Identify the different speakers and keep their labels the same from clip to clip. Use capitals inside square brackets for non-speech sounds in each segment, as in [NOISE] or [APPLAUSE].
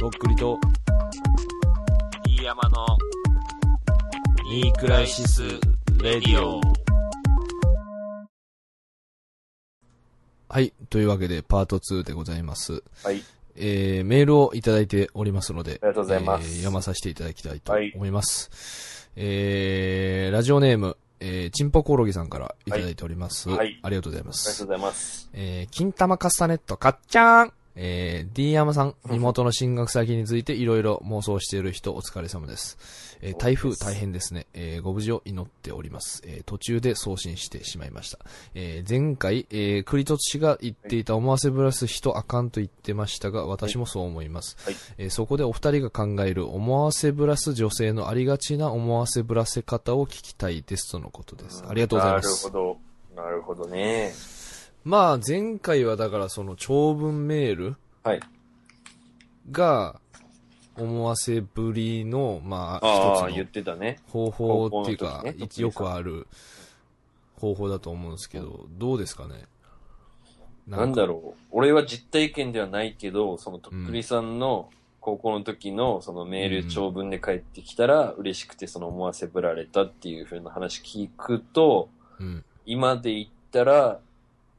Speaker 1: とっくりと、
Speaker 2: 飯山の
Speaker 1: ニークライシス・レディオ。はい。というわけで、パート2でございます。
Speaker 2: はい。
Speaker 1: えー、メールをいただいておりますので、
Speaker 2: ありがとうございます
Speaker 1: えー読まさせていただきたいと思います。えー、ラジオネーム、えー、チンポコオロギさんからいただいております。
Speaker 2: はいはい
Speaker 1: ありがとうございま
Speaker 2: ありがと
Speaker 1: す
Speaker 2: う。ございます。
Speaker 1: えー、金玉カスタネット、かっちゃーんえー、D 山さん、妹の進学先についていろいろ妄想している人お疲れ様です。えー、台風大変ですね。えー、ご無事を祈っております。えー、途中で送信してしまいました。えー、前回、えー、栗と氏が言っていた思わせぶらす人あかんと言ってましたが、私もそう思います。
Speaker 2: はい
Speaker 1: えーそこでお二人が考える思わせぶらす女性のありがちな思わせぶらせ方を聞きたいですとのことです。ありがとうございます。
Speaker 2: なるほど。なるほどね。
Speaker 1: まあ前回はだからその長文メール
Speaker 2: はい。
Speaker 1: が思わせぶりの、ま
Speaker 2: あ
Speaker 1: あ
Speaker 2: あ、
Speaker 1: 一つ
Speaker 2: 言っ
Speaker 1: の
Speaker 2: てたね。
Speaker 1: 方法っていうか
Speaker 2: 方法の時ね、
Speaker 1: 一よくある方法だと思うんですけど、どうですかね
Speaker 2: なん
Speaker 1: か
Speaker 2: だろう。俺は実体験ではないけど、そのとっくりさんの高校の時のそのメー
Speaker 1: うん
Speaker 2: ル長文で帰ってきたら嬉しくてその思わせぶられたっていう風な話聞くと、
Speaker 1: うん。
Speaker 2: 今で言ったら、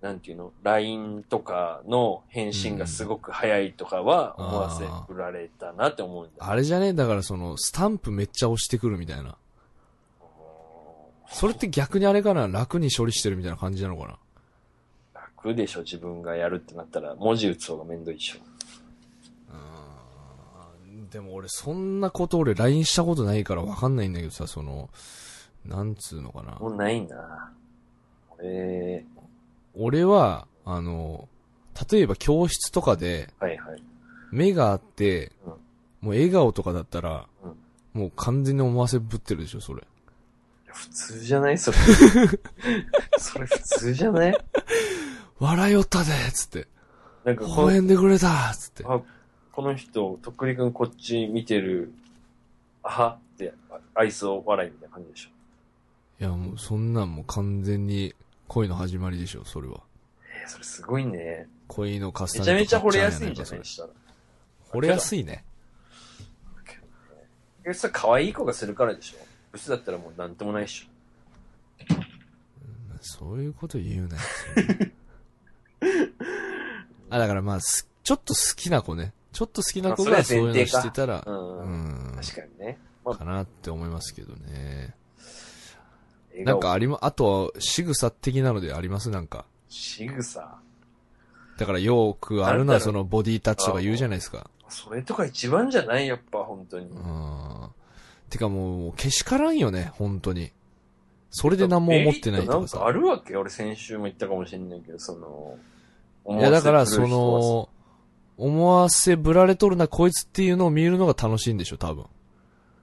Speaker 2: なんていうの ?LINE とかの返信がすごく早いとかは
Speaker 1: うん
Speaker 2: 思わせぶられたなって思うんだ。
Speaker 1: あれじゃねだからそのスタンプめっちゃ押してくるみたいな。それって逆にあれかな楽に処理してるみたいな感じなのかな
Speaker 2: 楽でしょ自分がやるってなったら文字打つ方がめんどいでしょ。
Speaker 1: でも俺そんなこと俺 LINE したことないからわかんないんだけどさ、その、なんつうのかな。
Speaker 2: もうないな。え
Speaker 1: 俺は、あの、例えば教室とかで
Speaker 2: ー、はいはい。
Speaker 1: 目があって
Speaker 2: うん、
Speaker 1: もう笑顔とかだったら、もう完全に思わせぶってるでしょ、それ。
Speaker 2: 普通じゃないそれ。それ普通じゃない
Speaker 1: 笑いよったでつって。
Speaker 2: なんかこ
Speaker 1: 応
Speaker 2: の
Speaker 1: 援でくれたつって。
Speaker 2: あ、この人、とっくりくんこっち見てる、あはって、愛想笑いみたいな感じでしょ。
Speaker 1: いや、もうそんなんもう完全に恋の始まりでしょ、それは。
Speaker 2: えー、それすごいね。
Speaker 1: 恋のカス
Speaker 2: め
Speaker 1: タ
Speaker 2: ちゃ
Speaker 1: ネ
Speaker 2: め
Speaker 1: ッ
Speaker 2: ち
Speaker 1: ト
Speaker 2: ゃ
Speaker 1: 買っ
Speaker 2: 惚れや
Speaker 1: ん
Speaker 2: すいんじゃ
Speaker 1: そ
Speaker 2: な
Speaker 1: れ
Speaker 2: いしたら。
Speaker 1: 惚れやすいね。
Speaker 2: え、それ可愛い子がするからでしょ。ブスだったらもうなんともないでし
Speaker 1: そういうこと言うね。あ、だからまあ、すちょっと好きな子ね。ちょっと好きな子
Speaker 2: ま
Speaker 1: が
Speaker 2: あそ
Speaker 1: そういうの
Speaker 2: れは前提か
Speaker 1: してたら、
Speaker 2: ょ。うん。
Speaker 1: うん、
Speaker 2: 確かにね。
Speaker 1: かなって思いますけどね。
Speaker 2: 笑
Speaker 1: なん
Speaker 2: 顔
Speaker 1: かありま、あと、仕草的なのでありますなんか。
Speaker 2: 仕草。
Speaker 1: だからよくあるの
Speaker 2: あるだろう
Speaker 1: はそのボディタッチとか言うじゃないですか。
Speaker 2: それとか一番じゃないやっぱ、本当に。
Speaker 1: うん。てかもう、けしからんよね、本当に。それで何も思ってない
Speaker 2: な
Speaker 1: と
Speaker 2: ん
Speaker 1: か
Speaker 2: かあ
Speaker 1: さ。
Speaker 2: るわけ俺先週も言ったかもしれないけど、その、
Speaker 1: いや、だから
Speaker 2: 思わせ
Speaker 1: そ
Speaker 2: ぶる人は
Speaker 1: の、思わせぶられとるな、こいつっていうのを見るのが楽しいんでしょ、多分。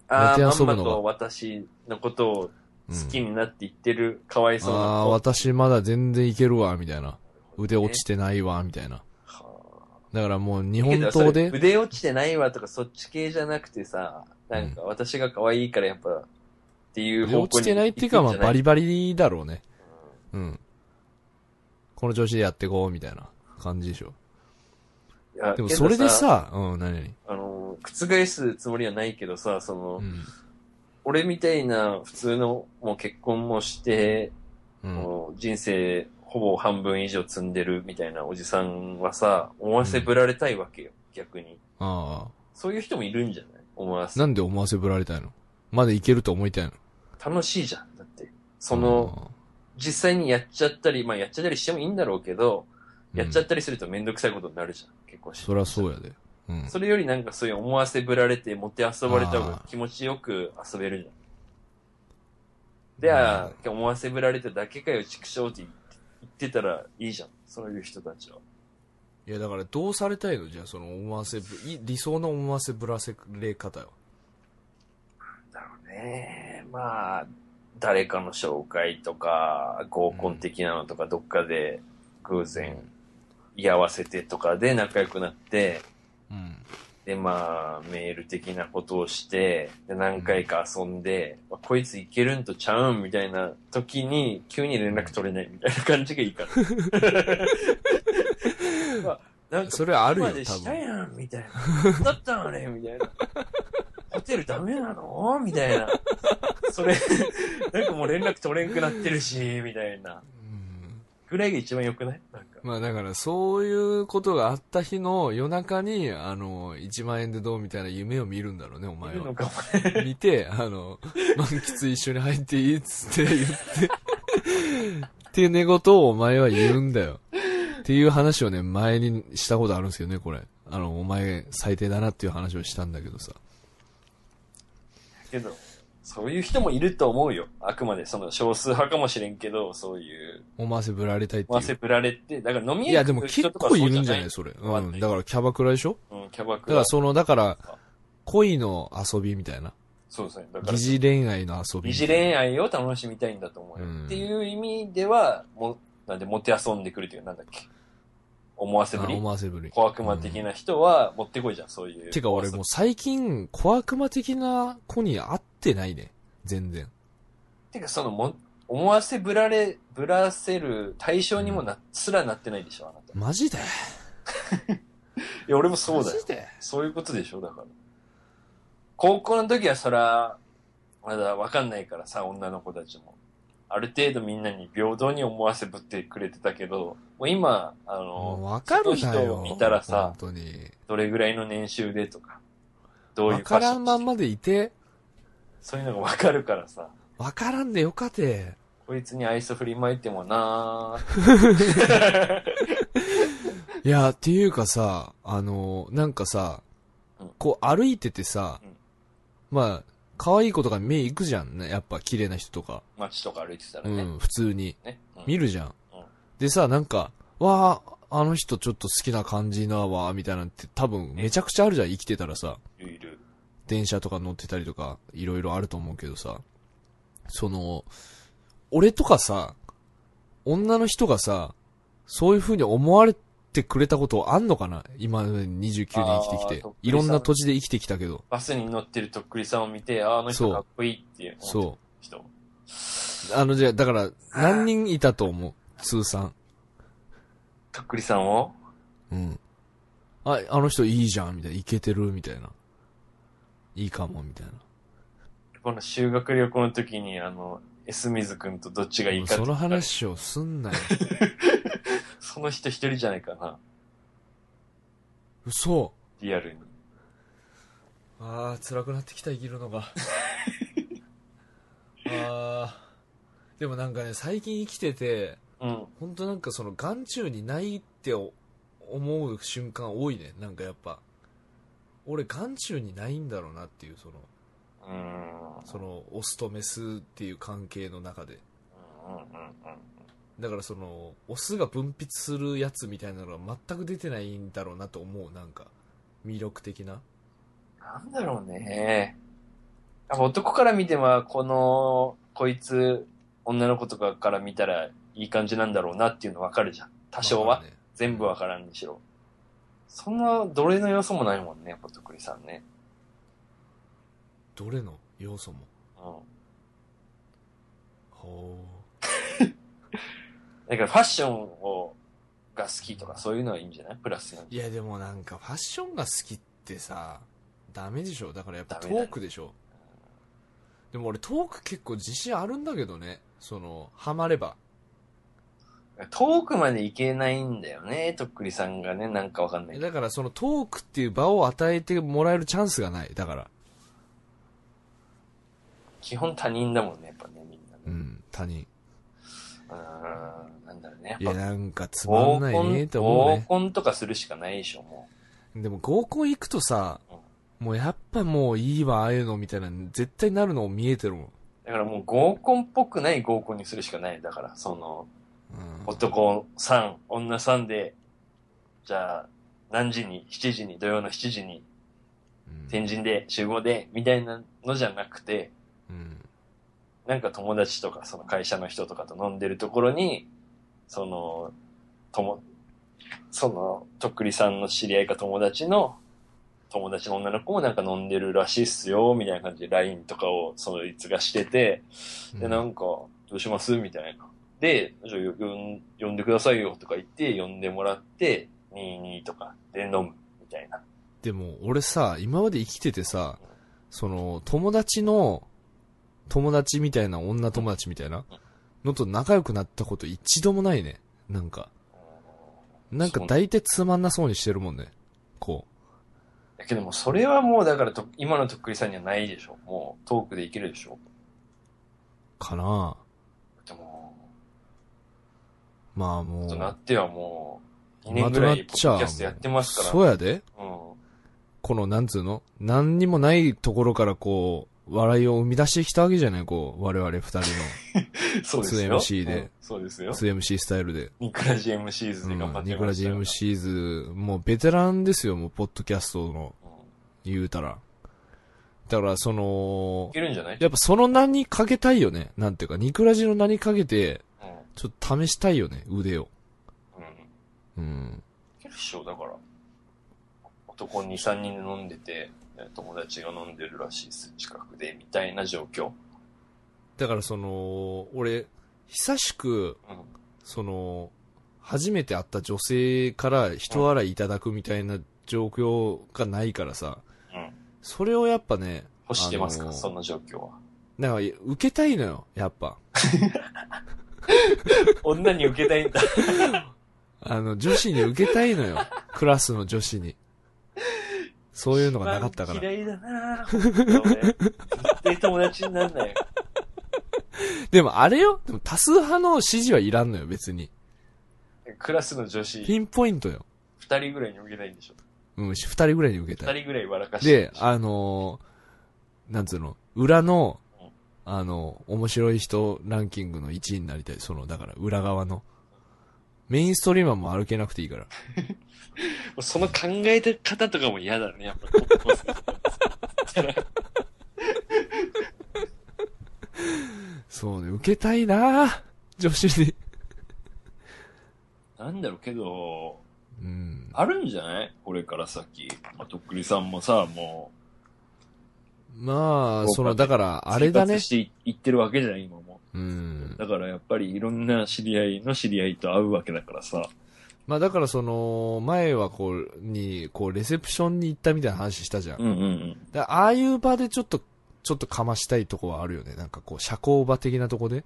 Speaker 2: ああ、
Speaker 1: 寝
Speaker 2: ま
Speaker 1: て遊ぶ
Speaker 2: ん
Speaker 1: のが
Speaker 2: まと私のことを
Speaker 1: うん
Speaker 2: 好きになって言ってる、かわいそうな
Speaker 1: ああー、
Speaker 2: 子
Speaker 1: 私まだ全然いけるわ、みたいな。腕落ちてないわ、みたいな。
Speaker 2: はあ
Speaker 1: だからもう日
Speaker 2: いい
Speaker 1: 本
Speaker 2: けど
Speaker 1: 刀
Speaker 2: それ
Speaker 1: で、
Speaker 2: 腕落ちてないわとかそっち系じゃなくてさ、なんか私が可愛いからやっぱ、ってい
Speaker 1: 腕
Speaker 2: う方向に行
Speaker 1: 落
Speaker 2: くん
Speaker 1: ち
Speaker 2: じ
Speaker 1: て
Speaker 2: ゃ
Speaker 1: ないっていうか、まあバ
Speaker 2: リ。
Speaker 1: リバリだろうね。うん。この調子でやってこう、みたいな感じでしょ。
Speaker 2: いや
Speaker 1: でもそれで、
Speaker 2: けど
Speaker 1: さ、うん、何々
Speaker 2: あの、覆すつもりはないけどさ、その、
Speaker 1: うん。
Speaker 2: 俺みたいな普通の、もう結婚もして、
Speaker 1: うん。
Speaker 2: もう人生ほぼ半分以上積んでるみたいなおじさんはさ、思わせぶられたいわけよ、逆に。
Speaker 1: あ
Speaker 2: そういう人もいるんじゃない思わ
Speaker 1: あ。
Speaker 2: せ。
Speaker 1: なんで思わせぶられたいのまだいけると思いたいの
Speaker 2: 楽しいじゃん。だって。その、、実際にやっちゃったり、まあやっちゃったりしてもいいんだろうけど、
Speaker 1: うん
Speaker 2: やっちゃったりするとめんどくさいことになるじゃん。結婚して。
Speaker 1: そりゃそうやで。うん。
Speaker 2: それよりなんかそういう思わせぶられて、持って遊ばれた方が気持ちよく遊べるじゃん。で、ああ、思わせぶられただけかよ、畜生って言ってたらいいじゃん。そういう人たちは。
Speaker 1: いや、だからどうされたいのじゃあ、その思わせぶ、い理想の思わせぶらせれ方よ。
Speaker 2: だろうね。まあ、誰かの紹介とか、合コン的なのとか、どっかで偶然居合わせてとかで仲良くなって、
Speaker 1: うん。
Speaker 2: で、まあ、メール的なことをして、で、何回か遊んで、まあこいついけるんとちゃうんみたいな時に、急に連絡取れないみたいな感じがいいから。まあなんか
Speaker 1: それはあるよ
Speaker 2: 今までしたやんゃんみたいな。だったのあれみたいな。ホテルダメなのみたいな。それ、なんかもう連絡取れんくなってるし、みたいな。
Speaker 1: うん
Speaker 2: ぐらいが一番良くないなんか。
Speaker 1: まあだからそういうことがあった日の夜中に、あの、1万円でどうみたいな夢を見るんだろうね、お
Speaker 2: い
Speaker 1: 前
Speaker 2: る
Speaker 1: は
Speaker 2: の。かも
Speaker 1: 見て、あの、満喫一緒に入っていいっつって言っ
Speaker 2: [LAUGHS]
Speaker 1: て、っていう寝言をお前は言うんだよ。っていう話をね、前にしたことあるんですけどね、これ。あの、お前最低だなっていう話をしたんだけどさ。
Speaker 2: けど、そういう人もいると思うよ。あくまでその少数派かもしれんけど、そういう、
Speaker 1: 思わせぶられたいってい
Speaker 2: 思わ
Speaker 1: う。
Speaker 2: せぶられて、だから飲
Speaker 1: い
Speaker 2: み
Speaker 1: や、
Speaker 2: 屋行
Speaker 1: で
Speaker 2: く
Speaker 1: も結
Speaker 2: 人とか
Speaker 1: 構
Speaker 2: はいそう
Speaker 1: るん
Speaker 2: じ
Speaker 1: じ
Speaker 2: ゃ
Speaker 1: ゃ
Speaker 2: な
Speaker 1: ないいそれ。
Speaker 2: わ
Speaker 1: う
Speaker 2: かんない
Speaker 1: ん。だからキャバクラでしょ
Speaker 2: うん、キャバ
Speaker 1: だ
Speaker 2: ク
Speaker 1: か
Speaker 2: ラ。
Speaker 1: らその、だから
Speaker 2: あ、
Speaker 1: 恋の遊びみたいな。
Speaker 2: そうですね。だから、
Speaker 1: 疑似恋愛の遊び
Speaker 2: 疑
Speaker 1: みた
Speaker 2: 似
Speaker 1: いな。
Speaker 2: 恋愛を楽しみたいんだと思うよ。
Speaker 1: うん
Speaker 2: っていう意味では、もう、なんで、もて遊んでくるという、なんだっけ。思わせぶ
Speaker 1: あ
Speaker 2: り
Speaker 1: 思わせぶり。
Speaker 2: 小悪魔的な人は、持ってこいじゃん、そういう。
Speaker 1: てか俺もう最近、小悪魔的な子に会ってないね。全然。
Speaker 2: てか、そのも、思わせぶられ、ぶらせる対象にもな、すらなってないでしょ、あなた。い
Speaker 1: マジで
Speaker 2: や、俺もそうだよ
Speaker 1: [LAUGHS] マジ。で
Speaker 2: そういうことでしょだから。高校の時はそら、まだわかんないからさ、女の子たちも。ある程度みんなに平等に思わせぶってくれてたけど、もう今、あ
Speaker 1: もう
Speaker 2: の、
Speaker 1: わかるな
Speaker 2: その人
Speaker 1: よ。
Speaker 2: を見たらさ
Speaker 1: 本当に。
Speaker 2: どれぐらいの年収でとか、どうい
Speaker 1: わ
Speaker 2: う
Speaker 1: か
Speaker 2: ファッ
Speaker 1: ら
Speaker 2: ショ
Speaker 1: ん
Speaker 2: ン
Speaker 1: まんまでいて、
Speaker 2: そういうのがわかるからさ、
Speaker 1: わからんでよかて。
Speaker 2: こいつに愛想振りまいてもなーって。
Speaker 1: いや、っていうかさ、あの、なんかさ
Speaker 2: うん、
Speaker 1: こう歩いててさ
Speaker 2: うん、
Speaker 1: まあ、可愛い子とか目行くじゃんね。やっぱ綺麗な人とか。
Speaker 2: 街とか歩いてたら
Speaker 1: う
Speaker 2: ね。
Speaker 1: ん、普通に。
Speaker 2: ねうん
Speaker 1: 見るじゃん
Speaker 2: うん。
Speaker 1: でさ、なんか、わあ、あの人ちょっと好きな感じなわ、みたいなんて多分めちゃくちゃあるじゃん、生きてたらさ。
Speaker 2: いるいる。
Speaker 1: 電車とか乗ってたりとか、いろいろあると思うけどさ、その、俺とかさ、女の人がさ、そういう風に思われてくれたことあんのかな今29年生きてき
Speaker 2: あーと
Speaker 1: て
Speaker 2: っく。りさん
Speaker 1: いろんな土地で生きてきたけど。
Speaker 2: バスに乗ってるとっくりさんを見て、あーあの人かっこいいっていう思って
Speaker 1: そ
Speaker 2: る人。
Speaker 1: う。あの、じゃあ、だから、何人いたと思う通算。
Speaker 2: とっくりさんを
Speaker 1: うん。あ、あの人いいじゃん、みたいな。いけてる、みたいな。いいかも、みたいな。
Speaker 2: この修学旅行の時に、あの、エスミズ君とどっちがいいかって
Speaker 1: その話をすんなよ。 [LAUGHS]
Speaker 2: その人一人じゃないかな。
Speaker 1: 嘘。
Speaker 2: リアルに。
Speaker 1: ああ、辛くなってきた、生きるのが。ああ。でもなんかね、最近生きてて、
Speaker 2: うん。
Speaker 1: ほんとなんかその、眼中にないってお思う瞬間多いね。なんかやっぱ。俺、眼中にないんだろうなっていう、その、
Speaker 2: うーん。
Speaker 1: その、オスとメスっていう関係の中で。
Speaker 2: うんうんうんうん。
Speaker 1: だからその、オスが分泌するやつみたいなのが全く出てないんだろうなと思う、なんか。魅力的な。
Speaker 2: なんだろうね。やっぱ男から見ては、この、こいつ、女の子とかから見たらいい感じなんだろうなっていうのわかるじゃん。多
Speaker 1: ま
Speaker 2: 少
Speaker 1: あ
Speaker 2: は。
Speaker 1: まあね
Speaker 2: 全部わからんにしろ。そんな、奴隷の要素もないもんね、やっぱとっくりさんね。
Speaker 1: どれの要素も。
Speaker 2: うん。
Speaker 1: ほう。
Speaker 2: だからファッションを、が好きとかそういうのはいいんじゃないプラスなんじ
Speaker 1: いやでもなんかファッションが好きってさダメでしょだからやっぱ
Speaker 2: ダ
Speaker 1: ト
Speaker 2: メだね
Speaker 1: ークでしょでも俺トーク結構自信あるんだけどねそのハマれば
Speaker 2: ゃん遠くまで行けないんだよね、とっくりさんがね、なんかわかんないけど。
Speaker 1: だからそのトークっていう場を与えてもらえるチャンスがないだから
Speaker 2: 基本他人だもんね、やっぱね、みんなね。
Speaker 1: う
Speaker 2: うん
Speaker 1: 他人
Speaker 2: ーん、なんだろうね。やっ
Speaker 1: い
Speaker 2: ぱ
Speaker 1: やなんかつま
Speaker 2: 合
Speaker 1: んない
Speaker 2: コン、
Speaker 1: ねって思う
Speaker 2: 合
Speaker 1: ね
Speaker 2: コンとかするしかないでしょ、も
Speaker 1: でも合コン行くとさもうやっぱもういいわああいうのみたいな絶対なるの見えてるもん、
Speaker 2: う。だからもう合コンっぽくない合コンにするしかない。だから、その、
Speaker 1: うん
Speaker 2: 男3、女3で、じゃあ、何時に、7時に、土曜の7時に、
Speaker 1: うん
Speaker 2: 天神で、集合で、みたいなのじゃなくて、
Speaker 1: うん
Speaker 2: なんか友達とか、その会社の人とかと飲んでるところに、その、とも、その、とっくりさんの知り合いか友達の、友達の女の子もなんか飲んでるらしいっすよ、みたいな感じで LINE とかをそのいつがしてて、で、なんか、どうしますみたいな。で、じゃあよ呼ん呼んでくださいよとか言って、呼んでもらって、22とかで飲む、みたいな。
Speaker 1: でも、俺さ、今まで生きててさ、その、友達の、友達みたいな、女友達みたいな、のと仲良くなったこと一度もないね。なんか。なんか大体つまんなそうにしてるもんね。こ
Speaker 2: だけどもうそれはもうだからと今のとっくりさんにはないでしょ。もうトークでいけるでしょ。
Speaker 1: う。かな
Speaker 2: でも、
Speaker 1: まあも
Speaker 2: となっ
Speaker 1: う。
Speaker 2: てはもう2
Speaker 1: ま
Speaker 2: 年
Speaker 1: と
Speaker 2: ぐ
Speaker 1: な
Speaker 2: ら
Speaker 1: っ
Speaker 2: いポ
Speaker 1: ち
Speaker 2: ッ
Speaker 1: ゃ
Speaker 2: ド
Speaker 1: う
Speaker 2: キャストやってますから。
Speaker 1: そうやで
Speaker 2: うん
Speaker 1: この、なんつうの何にもないところからこう、笑いを生み出してきたわけじゃないこう、我々二人の
Speaker 2: そうですよ。
Speaker 1: 2MC で
Speaker 2: うんそうですよ。
Speaker 1: 2MC スタイルで。
Speaker 2: ニクラジ MC ズ
Speaker 1: う
Speaker 2: で
Speaker 1: ん
Speaker 2: 頑張って
Speaker 1: ニコラジ
Speaker 2: ま
Speaker 1: MC ズ、もうベテランですよ、もう、ポッドキャストの、
Speaker 2: うん
Speaker 1: 言うたら。だから、その
Speaker 2: い、けるんじゃない
Speaker 1: やっぱその名にかけたいよね。なんていうか、ニクラジの名にかけて、
Speaker 2: うん。うん。い
Speaker 1: ちょっと試したいよね、腕を。うん。
Speaker 2: けるっしょ、だから。男2、3人で飲んでて、友達が飲んでるらしいです、近くで、みたいな状況。
Speaker 1: だから、その、俺、久しく、
Speaker 2: うん。
Speaker 1: その、初めて会った女性から人笑いいただくみたいな状況がないからさ、
Speaker 2: うん
Speaker 1: それをやっぱね、
Speaker 2: 欲してますか、
Speaker 1: あのー
Speaker 2: そんな状況は。
Speaker 1: なんか、受けたいのよ、やっぱ。
Speaker 2: 女に受けたいんだ。
Speaker 1: [LAUGHS] あの、女子に受けたい
Speaker 2: [LAUGHS]
Speaker 1: のよ。クラスの女子に。そういうのがなかったから。
Speaker 2: 嫌いだなぁ。俺絶対友達になんないよ。
Speaker 1: でもあれよでも多数派の指示はいらんのよ、別に。
Speaker 2: クラスの女子、
Speaker 1: ピンポイントよ。
Speaker 2: 二人ぐらいに受けたいんでしょ。
Speaker 1: うん、二人ぐらいに受けた
Speaker 2: 二
Speaker 1: い。
Speaker 2: 人ぐらい笑かして
Speaker 1: で、あのーなんつうの、裏の、あの、面白い人ランキングの1位になりたい。その、だから、裏側の。メインストリーマーも歩けなくていいから。
Speaker 2: その考え方とかも嫌だね、やっぱり。
Speaker 1: そうね、受けたいなぁ女子に。
Speaker 2: なんだろうけど、
Speaker 1: うん。
Speaker 2: あるんじゃないこれから先。まあ、とっくりさんもさ、も
Speaker 1: まあ、
Speaker 2: そうか
Speaker 1: その、だから、あれだ
Speaker 2: 生活
Speaker 1: ね。
Speaker 2: していってるわけじゃない、今も。
Speaker 1: うん。
Speaker 2: だからやっぱりいろんな知り合いの知り合いと会うわけだからさ。
Speaker 1: まあだからその、前はこう、に、こう、レセプションに行ったみたいな話したじゃん。
Speaker 2: うんうんうん。
Speaker 1: だああいう場でちょっと、ちょっとかましたいとこはあるよね。なんかこう、社交場的なとこで。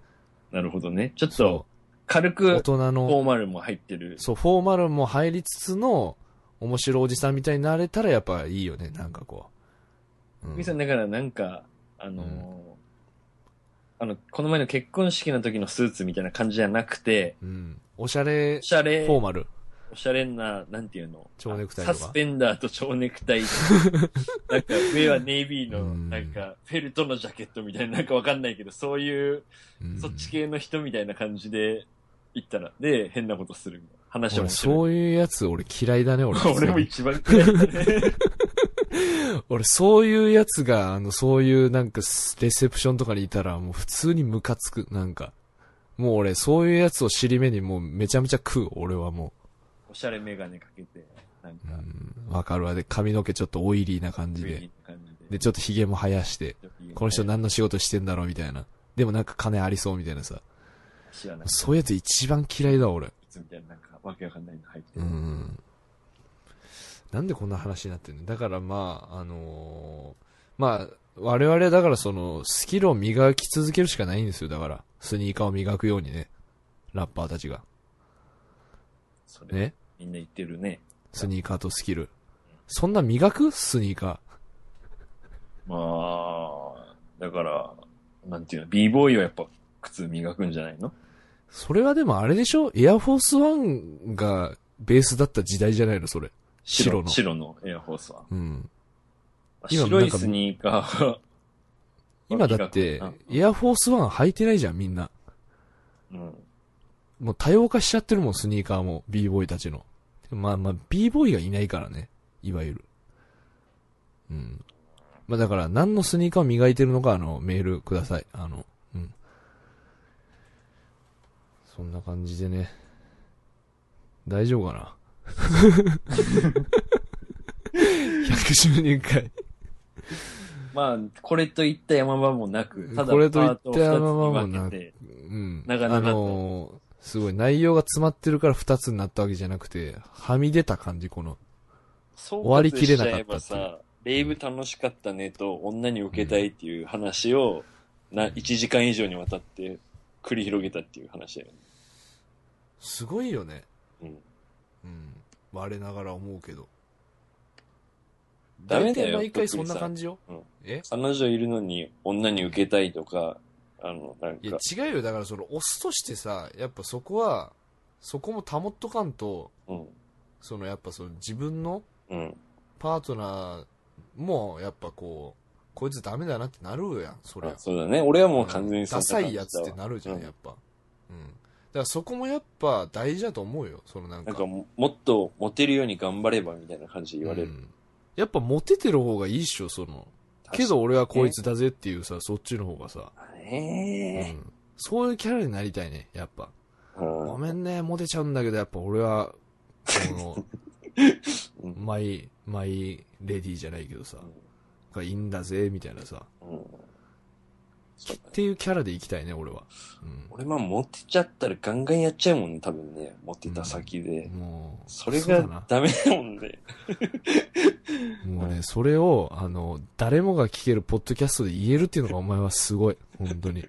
Speaker 2: なるほどね。ちょっと
Speaker 1: そ、
Speaker 2: 軽
Speaker 1: う。大
Speaker 2: く、
Speaker 1: 人
Speaker 2: フ
Speaker 1: の、
Speaker 2: ォーマルも入ってる。
Speaker 1: そう、フォーマルも入りつつの、面白おじさんみたいになれたらやっぱいいよね。なんかこう。う
Speaker 2: みさん、だからなんか、あのーあの、この前の結婚式の時のスーツみたいな感じじゃなくて、
Speaker 1: うん。おしゃれ
Speaker 2: お、しゃ
Speaker 1: フ
Speaker 2: れ、
Speaker 1: ォーマル。
Speaker 2: おしゃれな、なんていうの
Speaker 1: 蝶ネクタイ
Speaker 2: サ
Speaker 1: とか
Speaker 2: スペンダーと蝶ネク
Speaker 1: [LAUGHS]
Speaker 2: タイ。なんか、上はネイビー
Speaker 1: う
Speaker 2: の、
Speaker 1: ん
Speaker 2: なんか、フェルトのジャケットみたいな、なんかわかんないけど、そういう、
Speaker 1: うん
Speaker 2: そっち系の人みたいな感じで行ったら、で、変なことするみたいな。話は
Speaker 1: 俺
Speaker 2: 面白い。。
Speaker 1: そういうやつ俺嫌いだね、俺
Speaker 2: 俺も一番嫌いだね。
Speaker 1: 俺、そういうやつが、あの、そういうなんか、レセプションとかにいたら、もう普通にムカつく、なんか。もう俺、そういうやつを尻目にもうめちゃめちゃ食う、俺はも
Speaker 2: おしゃれメガネかけて、なん
Speaker 1: う。
Speaker 2: か
Speaker 1: う、ん。わかるわ。で、髪の毛ちょっとオイリーな感じ
Speaker 2: 上
Speaker 1: で。
Speaker 2: に感じで
Speaker 1: で、ちょっと髭も生やして。この人何の仕事してんだろうみたいな。でもなんか金ありそうみたいなさ。
Speaker 2: 知らない。
Speaker 1: そういうやつ一番嫌いだ、俺。
Speaker 2: みたいな、なんか、わけわかんないの入って
Speaker 1: う
Speaker 2: る。
Speaker 1: ん。なんでこんな話になってんのだからまあ、あのーまあ、我々はだからその、スキルを磨き続けるしかないんですよ。だから、スニーカーを磨くようにね。ラッパーたちが。
Speaker 2: それ、
Speaker 1: ね。
Speaker 2: みんな言ってるね。
Speaker 1: スニーカーとスキル。そんな磨くスニーカ
Speaker 2: まあ、だから、なんていうの、b ボーイはやっぱ靴磨くんじゃないの
Speaker 1: ー。それはでもあれでしょエアフォースワンがベースだった時代じゃないのそれ。白の。
Speaker 2: 白のエアフォースは。
Speaker 1: うん。今
Speaker 2: 白
Speaker 1: なん
Speaker 2: い
Speaker 1: か
Speaker 2: スニーカーは [LAUGHS]
Speaker 1: 今だって
Speaker 2: うん、
Speaker 1: エアフォースワン履いてないじゃん、みんな。
Speaker 2: うん。
Speaker 1: もう多様化しちゃってるもん、スニーカーも、b ボーイたちの。でもまあまあ、b ボーイがいないからね。いわゆる。うん。まあだから、何のスニーカーを磨いてるのか、あの、メールください。あの、うん。そんな感じでね。大丈夫かな [LAUGHS] ?112 回。
Speaker 2: まあ、これといった山場もなく、ただ、
Speaker 1: これといった山場
Speaker 2: パ
Speaker 1: も
Speaker 2: ートを二つに
Speaker 1: なく
Speaker 2: 分けて
Speaker 1: うん。
Speaker 2: なかなかと
Speaker 1: あのーすごい内容が詰まってるから二つになったわけじゃなくて、はみ出た感じ、この、
Speaker 2: 総
Speaker 1: 終わり
Speaker 2: 括
Speaker 1: き
Speaker 2: し
Speaker 1: れ
Speaker 2: ち
Speaker 1: なか
Speaker 2: ゃ
Speaker 1: ったってい
Speaker 2: え
Speaker 1: う
Speaker 2: ばさ、レイブ楽しかったねと女に受けたいっていう話を、な、1時間以上にわたって繰り広げたっていう話だよね。
Speaker 1: すごいよね。
Speaker 2: うん。
Speaker 1: うん。我ながら思うけど。
Speaker 2: ダメだ
Speaker 1: 大体
Speaker 2: よ。
Speaker 1: 毎回そんな感じよ。
Speaker 2: 特にさ
Speaker 1: え
Speaker 2: 彼女いるのに女に受けたいとか、あの、なん
Speaker 1: いや
Speaker 2: か、
Speaker 1: 違うよ。だからその、オスとしてさ、やっぱそこは、そこも保っとかんと、
Speaker 2: うん、
Speaker 1: そのやっぱその自分の
Speaker 2: うん。
Speaker 1: パートナーも、やっぱこう、こいつダメだなってなるやん、そり
Speaker 2: あ
Speaker 1: ゃ。
Speaker 2: そうだね。俺はもう完全にそん
Speaker 1: ダサ
Speaker 2: な感じだ
Speaker 1: いやつって
Speaker 2: わ
Speaker 1: なるじゃ、
Speaker 2: うんん
Speaker 1: やっぱ。うん。だからそこもやっぱ大事だと思うよ、そのなん
Speaker 2: な
Speaker 1: か。
Speaker 2: んかも、もっとモテるように頑張ればみたいな感じで言われる。
Speaker 1: うんやっぱモテてる方がいいっしょ、その。けど俺はこいつだぜっていうさ、そっちの方がさ。
Speaker 2: 確かに
Speaker 1: う
Speaker 2: ね。
Speaker 1: ん。そういうキャラになりたいね、やっぱ。
Speaker 2: うん
Speaker 1: ごめんね、モテちゃうんだけど、やっぱ俺は、こ
Speaker 2: [LAUGHS]
Speaker 1: の、
Speaker 2: うん
Speaker 1: マイ、マイレディーじゃないけどさ、がいいんだぜ、みたいなさ。
Speaker 2: うんそう
Speaker 1: っ
Speaker 2: だね
Speaker 1: ていうキャラでいきたいね、俺は。う
Speaker 2: 俺まあモテちゃったらガンガンやっちゃうもんね、多分ね。モテた先で。
Speaker 1: ん。もう、
Speaker 2: それ
Speaker 1: うだ
Speaker 2: が
Speaker 1: な。
Speaker 2: ダメだもんね。
Speaker 1: もうね、それを、あの、誰もが聞けるポッドキャストで言えるっていうのがお前はすごい。本当に。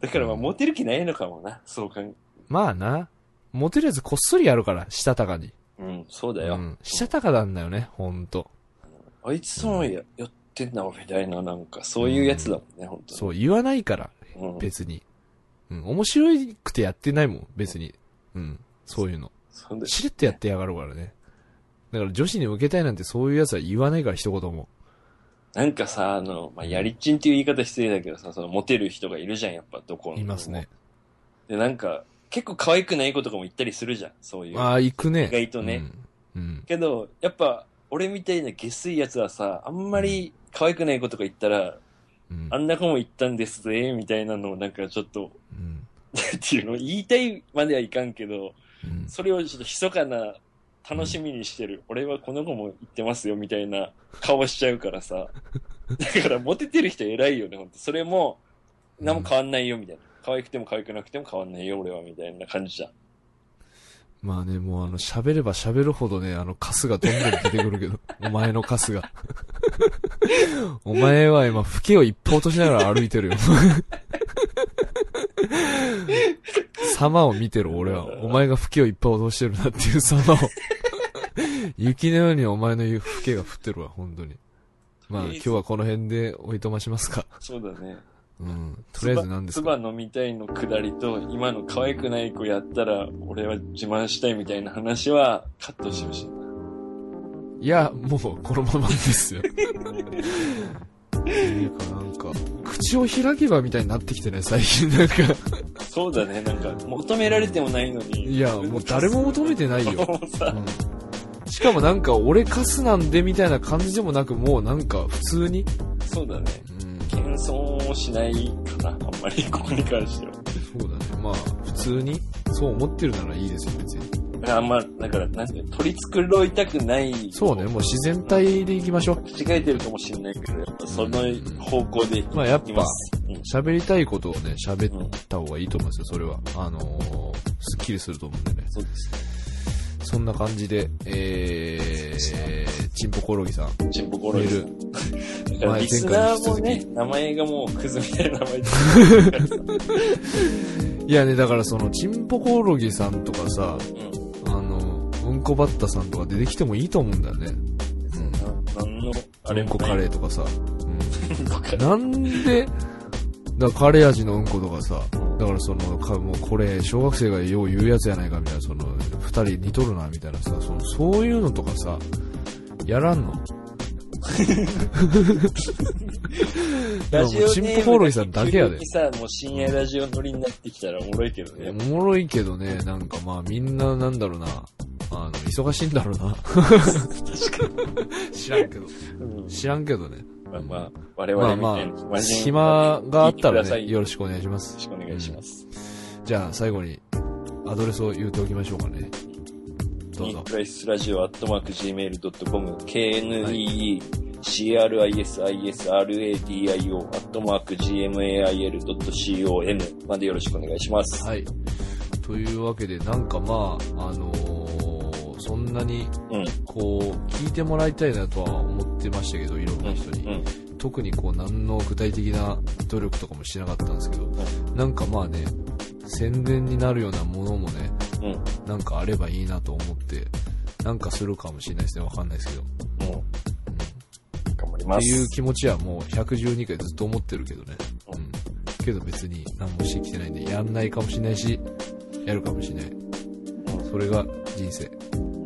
Speaker 2: だからまあ
Speaker 1: うん
Speaker 2: モテる気ないのかもな、そうかん。
Speaker 1: まあな。モテるやつこっそりやるから、したたかに。
Speaker 2: うん、そうだよ。
Speaker 1: うん。したたかなんだよね、ほんと。
Speaker 2: あいつともや,、ってんな、みたいな、なんか、そういうやつだもんね、本当に。
Speaker 1: そう、言わないから、
Speaker 2: うん、
Speaker 1: 別に。うん。面白くてやってないもん、別に。うん。そういうの。
Speaker 2: そうだよ
Speaker 1: しれっとやってやがるからね。だから女子に受けたいなんてそういうやつは言わないから、一言も。
Speaker 2: なんかさ、あの、まあ、やりちんっていう言い方失礼だけどさ、その、モテる人がいるじゃん、やっぱ、どこの。
Speaker 1: いますね。。
Speaker 2: で、なんか、結構可愛くない子とかも言ったりするじゃん、そういう。
Speaker 1: ああ、行くね。
Speaker 2: 意外とね
Speaker 1: うん。うん。
Speaker 2: けど、やっぱ、俺みたいな下水やつはさ、あんまり可愛くない子とか言ったら、
Speaker 1: うん。
Speaker 2: あんな子も言ったんですぜ、みたいなのを、なんかちょっと、
Speaker 1: うん。
Speaker 2: っていうの、言いたいまではいかんけど、
Speaker 1: うん
Speaker 2: それをちょっと密かな楽しみにしてる。俺はこの子も言ってますよ、みたいな顔しちゃうからさ。だから、モテてる人偉いよね、ほんと。それも、何も変わんないよ、みたいな。可愛くても可愛くなくても変わんないよ、俺は、みたいな感じじゃん。
Speaker 1: まあね、もうあの、喋れば喋るほどね、あの、カスがどんどん出てくるけど、お前のカスが。 [LAUGHS] お前は今、フケを一歩落としながら歩いてるよ。様を見てる、俺は。お前がフケを一歩落としてるなっていう様を。雪のようにお前の言うフケが降ってるわ、本当に。まあ、今日はこの辺でおいとましますか。
Speaker 2: そうだね。
Speaker 1: うん。とりあえず何です
Speaker 2: つ
Speaker 1: か
Speaker 2: ば飲みたいのくだりと、今の可愛くない子やったら、俺は自慢したいみたいな話は、カットしてほしいな。
Speaker 1: いや、もう、このままですよ。っていうか、なんか、口を開けばみたいになってきてね、最近。なんか、
Speaker 2: そうだね、なんか、求められてもないのに。
Speaker 1: いや、もう誰も求めてないよ。
Speaker 2: もうさ、
Speaker 1: うんしかもなんか、俺カスなんでみたいな感じでもなく、もうなんか、普通に。
Speaker 2: [LAUGHS] そうだね。
Speaker 1: うん、
Speaker 2: 謙遜をしないかな、あんまり [LAUGHS] ここに関しては。
Speaker 1: そうだね。まあ、普通に、そう思ってるならいいですよ、別に。
Speaker 2: あんま、だから、なんていうの取り繕いたくない。
Speaker 1: そうね、もう自然体でいきましょう。
Speaker 2: 間違えてるかもしれないけど、やっぱその方向でい
Speaker 1: まあ、やっ
Speaker 2: き
Speaker 1: ぱ
Speaker 2: ま、す。うん
Speaker 1: 喋りたいことをね、喋った方がいいと思うんですよ、それは。あのー、すっきりすると思うんでね。
Speaker 2: そうですね。
Speaker 1: そんな感じで、えー、チンポコオロギさん、
Speaker 2: チンポコロ
Speaker 1: メ
Speaker 2: リ
Speaker 1: ー
Speaker 2: さん
Speaker 1: ル、
Speaker 2: だからリスナーもね、名前がもうクズみたいな名前です。
Speaker 1: いやね、だからその、チンポコオロギさんとかさ、
Speaker 2: うん。
Speaker 1: あの、うんこバッタさんとか出てきてもいいと思うんだよね。うん。
Speaker 2: 何の、あ
Speaker 1: う
Speaker 2: れ
Speaker 1: ん
Speaker 2: も
Speaker 1: こ
Speaker 2: ない
Speaker 1: カレーとかさ。う
Speaker 2: うんこカ
Speaker 1: ん。
Speaker 2: レー
Speaker 1: なんで、だからカレー味のうんことかさ、だからその、かもうこれ、小学生がよう言うやつやないかみたいな、その、二人似とるな、みたいなさ、そのそういうのとかさ、やらんの
Speaker 2: ラジオ
Speaker 1: チ
Speaker 2: ネ
Speaker 1: ン
Speaker 2: ー
Speaker 1: ポコ
Speaker 2: ム
Speaker 1: オロギさんだけやで
Speaker 2: 急に。さ、もう深夜ラジオ乗りになってきたらおもろいけどね。
Speaker 1: おもろいけどね、なんかまあみんななんだろうな、あの、忙しいんだろうな。知らんけど。
Speaker 2: うん
Speaker 1: 知らんけどね。
Speaker 2: まあまあ、我
Speaker 1: ま
Speaker 2: 々
Speaker 1: あ
Speaker 2: み
Speaker 1: ま
Speaker 2: たいな、
Speaker 1: あ、
Speaker 2: 真面目な
Speaker 1: 暇があったら
Speaker 2: 聞いてくださ
Speaker 1: ね、
Speaker 2: い
Speaker 1: よ
Speaker 2: よ
Speaker 1: ろしくお願いします
Speaker 2: ろ。しくお願いします。
Speaker 1: じゃあ最後に、アドレスを言うておきましょうかね。どう
Speaker 2: ニ
Speaker 1: ぞ
Speaker 2: ー。クライスラジオアットマーク Gmail.com、KNEECRISISRADIO アットマーク GMAIL.com までよろしくお願いします。
Speaker 1: はい。というわけで、なんかまあ、あのーそんなに
Speaker 2: うん。
Speaker 1: こう聞いてもらいたいなとは思ってましたけどいろんな人に、
Speaker 2: うん。
Speaker 1: 特にこう何の具体的な努力とかもしてなかったんですけど、
Speaker 2: う
Speaker 1: なんかまあね宣伝になるようなものもね
Speaker 2: うん。うん。
Speaker 1: なんかあればいいなと思ってなんかするかもしれないですねわかんないですけど、うん
Speaker 2: 頑張りま
Speaker 1: っていう
Speaker 2: す。
Speaker 1: 気持ちはもう112回ずっと思ってるけどね。うん。けど別に何もしてきてないんで、やんないかもしれないし、やるかもしれない。それが人生。
Speaker 2: うん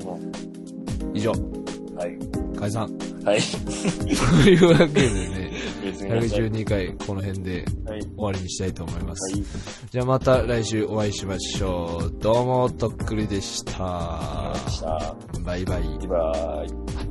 Speaker 1: 以上、
Speaker 2: うんはい。
Speaker 1: 解散。 [LAUGHS]
Speaker 2: はい。
Speaker 1: というわけでね、
Speaker 2: 別に。
Speaker 1: 112回この辺で
Speaker 2: はい。
Speaker 1: 終わりにしたいと思います。
Speaker 2: はい。
Speaker 1: じゃあまた来週お会いしましょう。どうも、とっくりでした。
Speaker 2: さあ、
Speaker 1: バイバイ。
Speaker 2: バイバイ。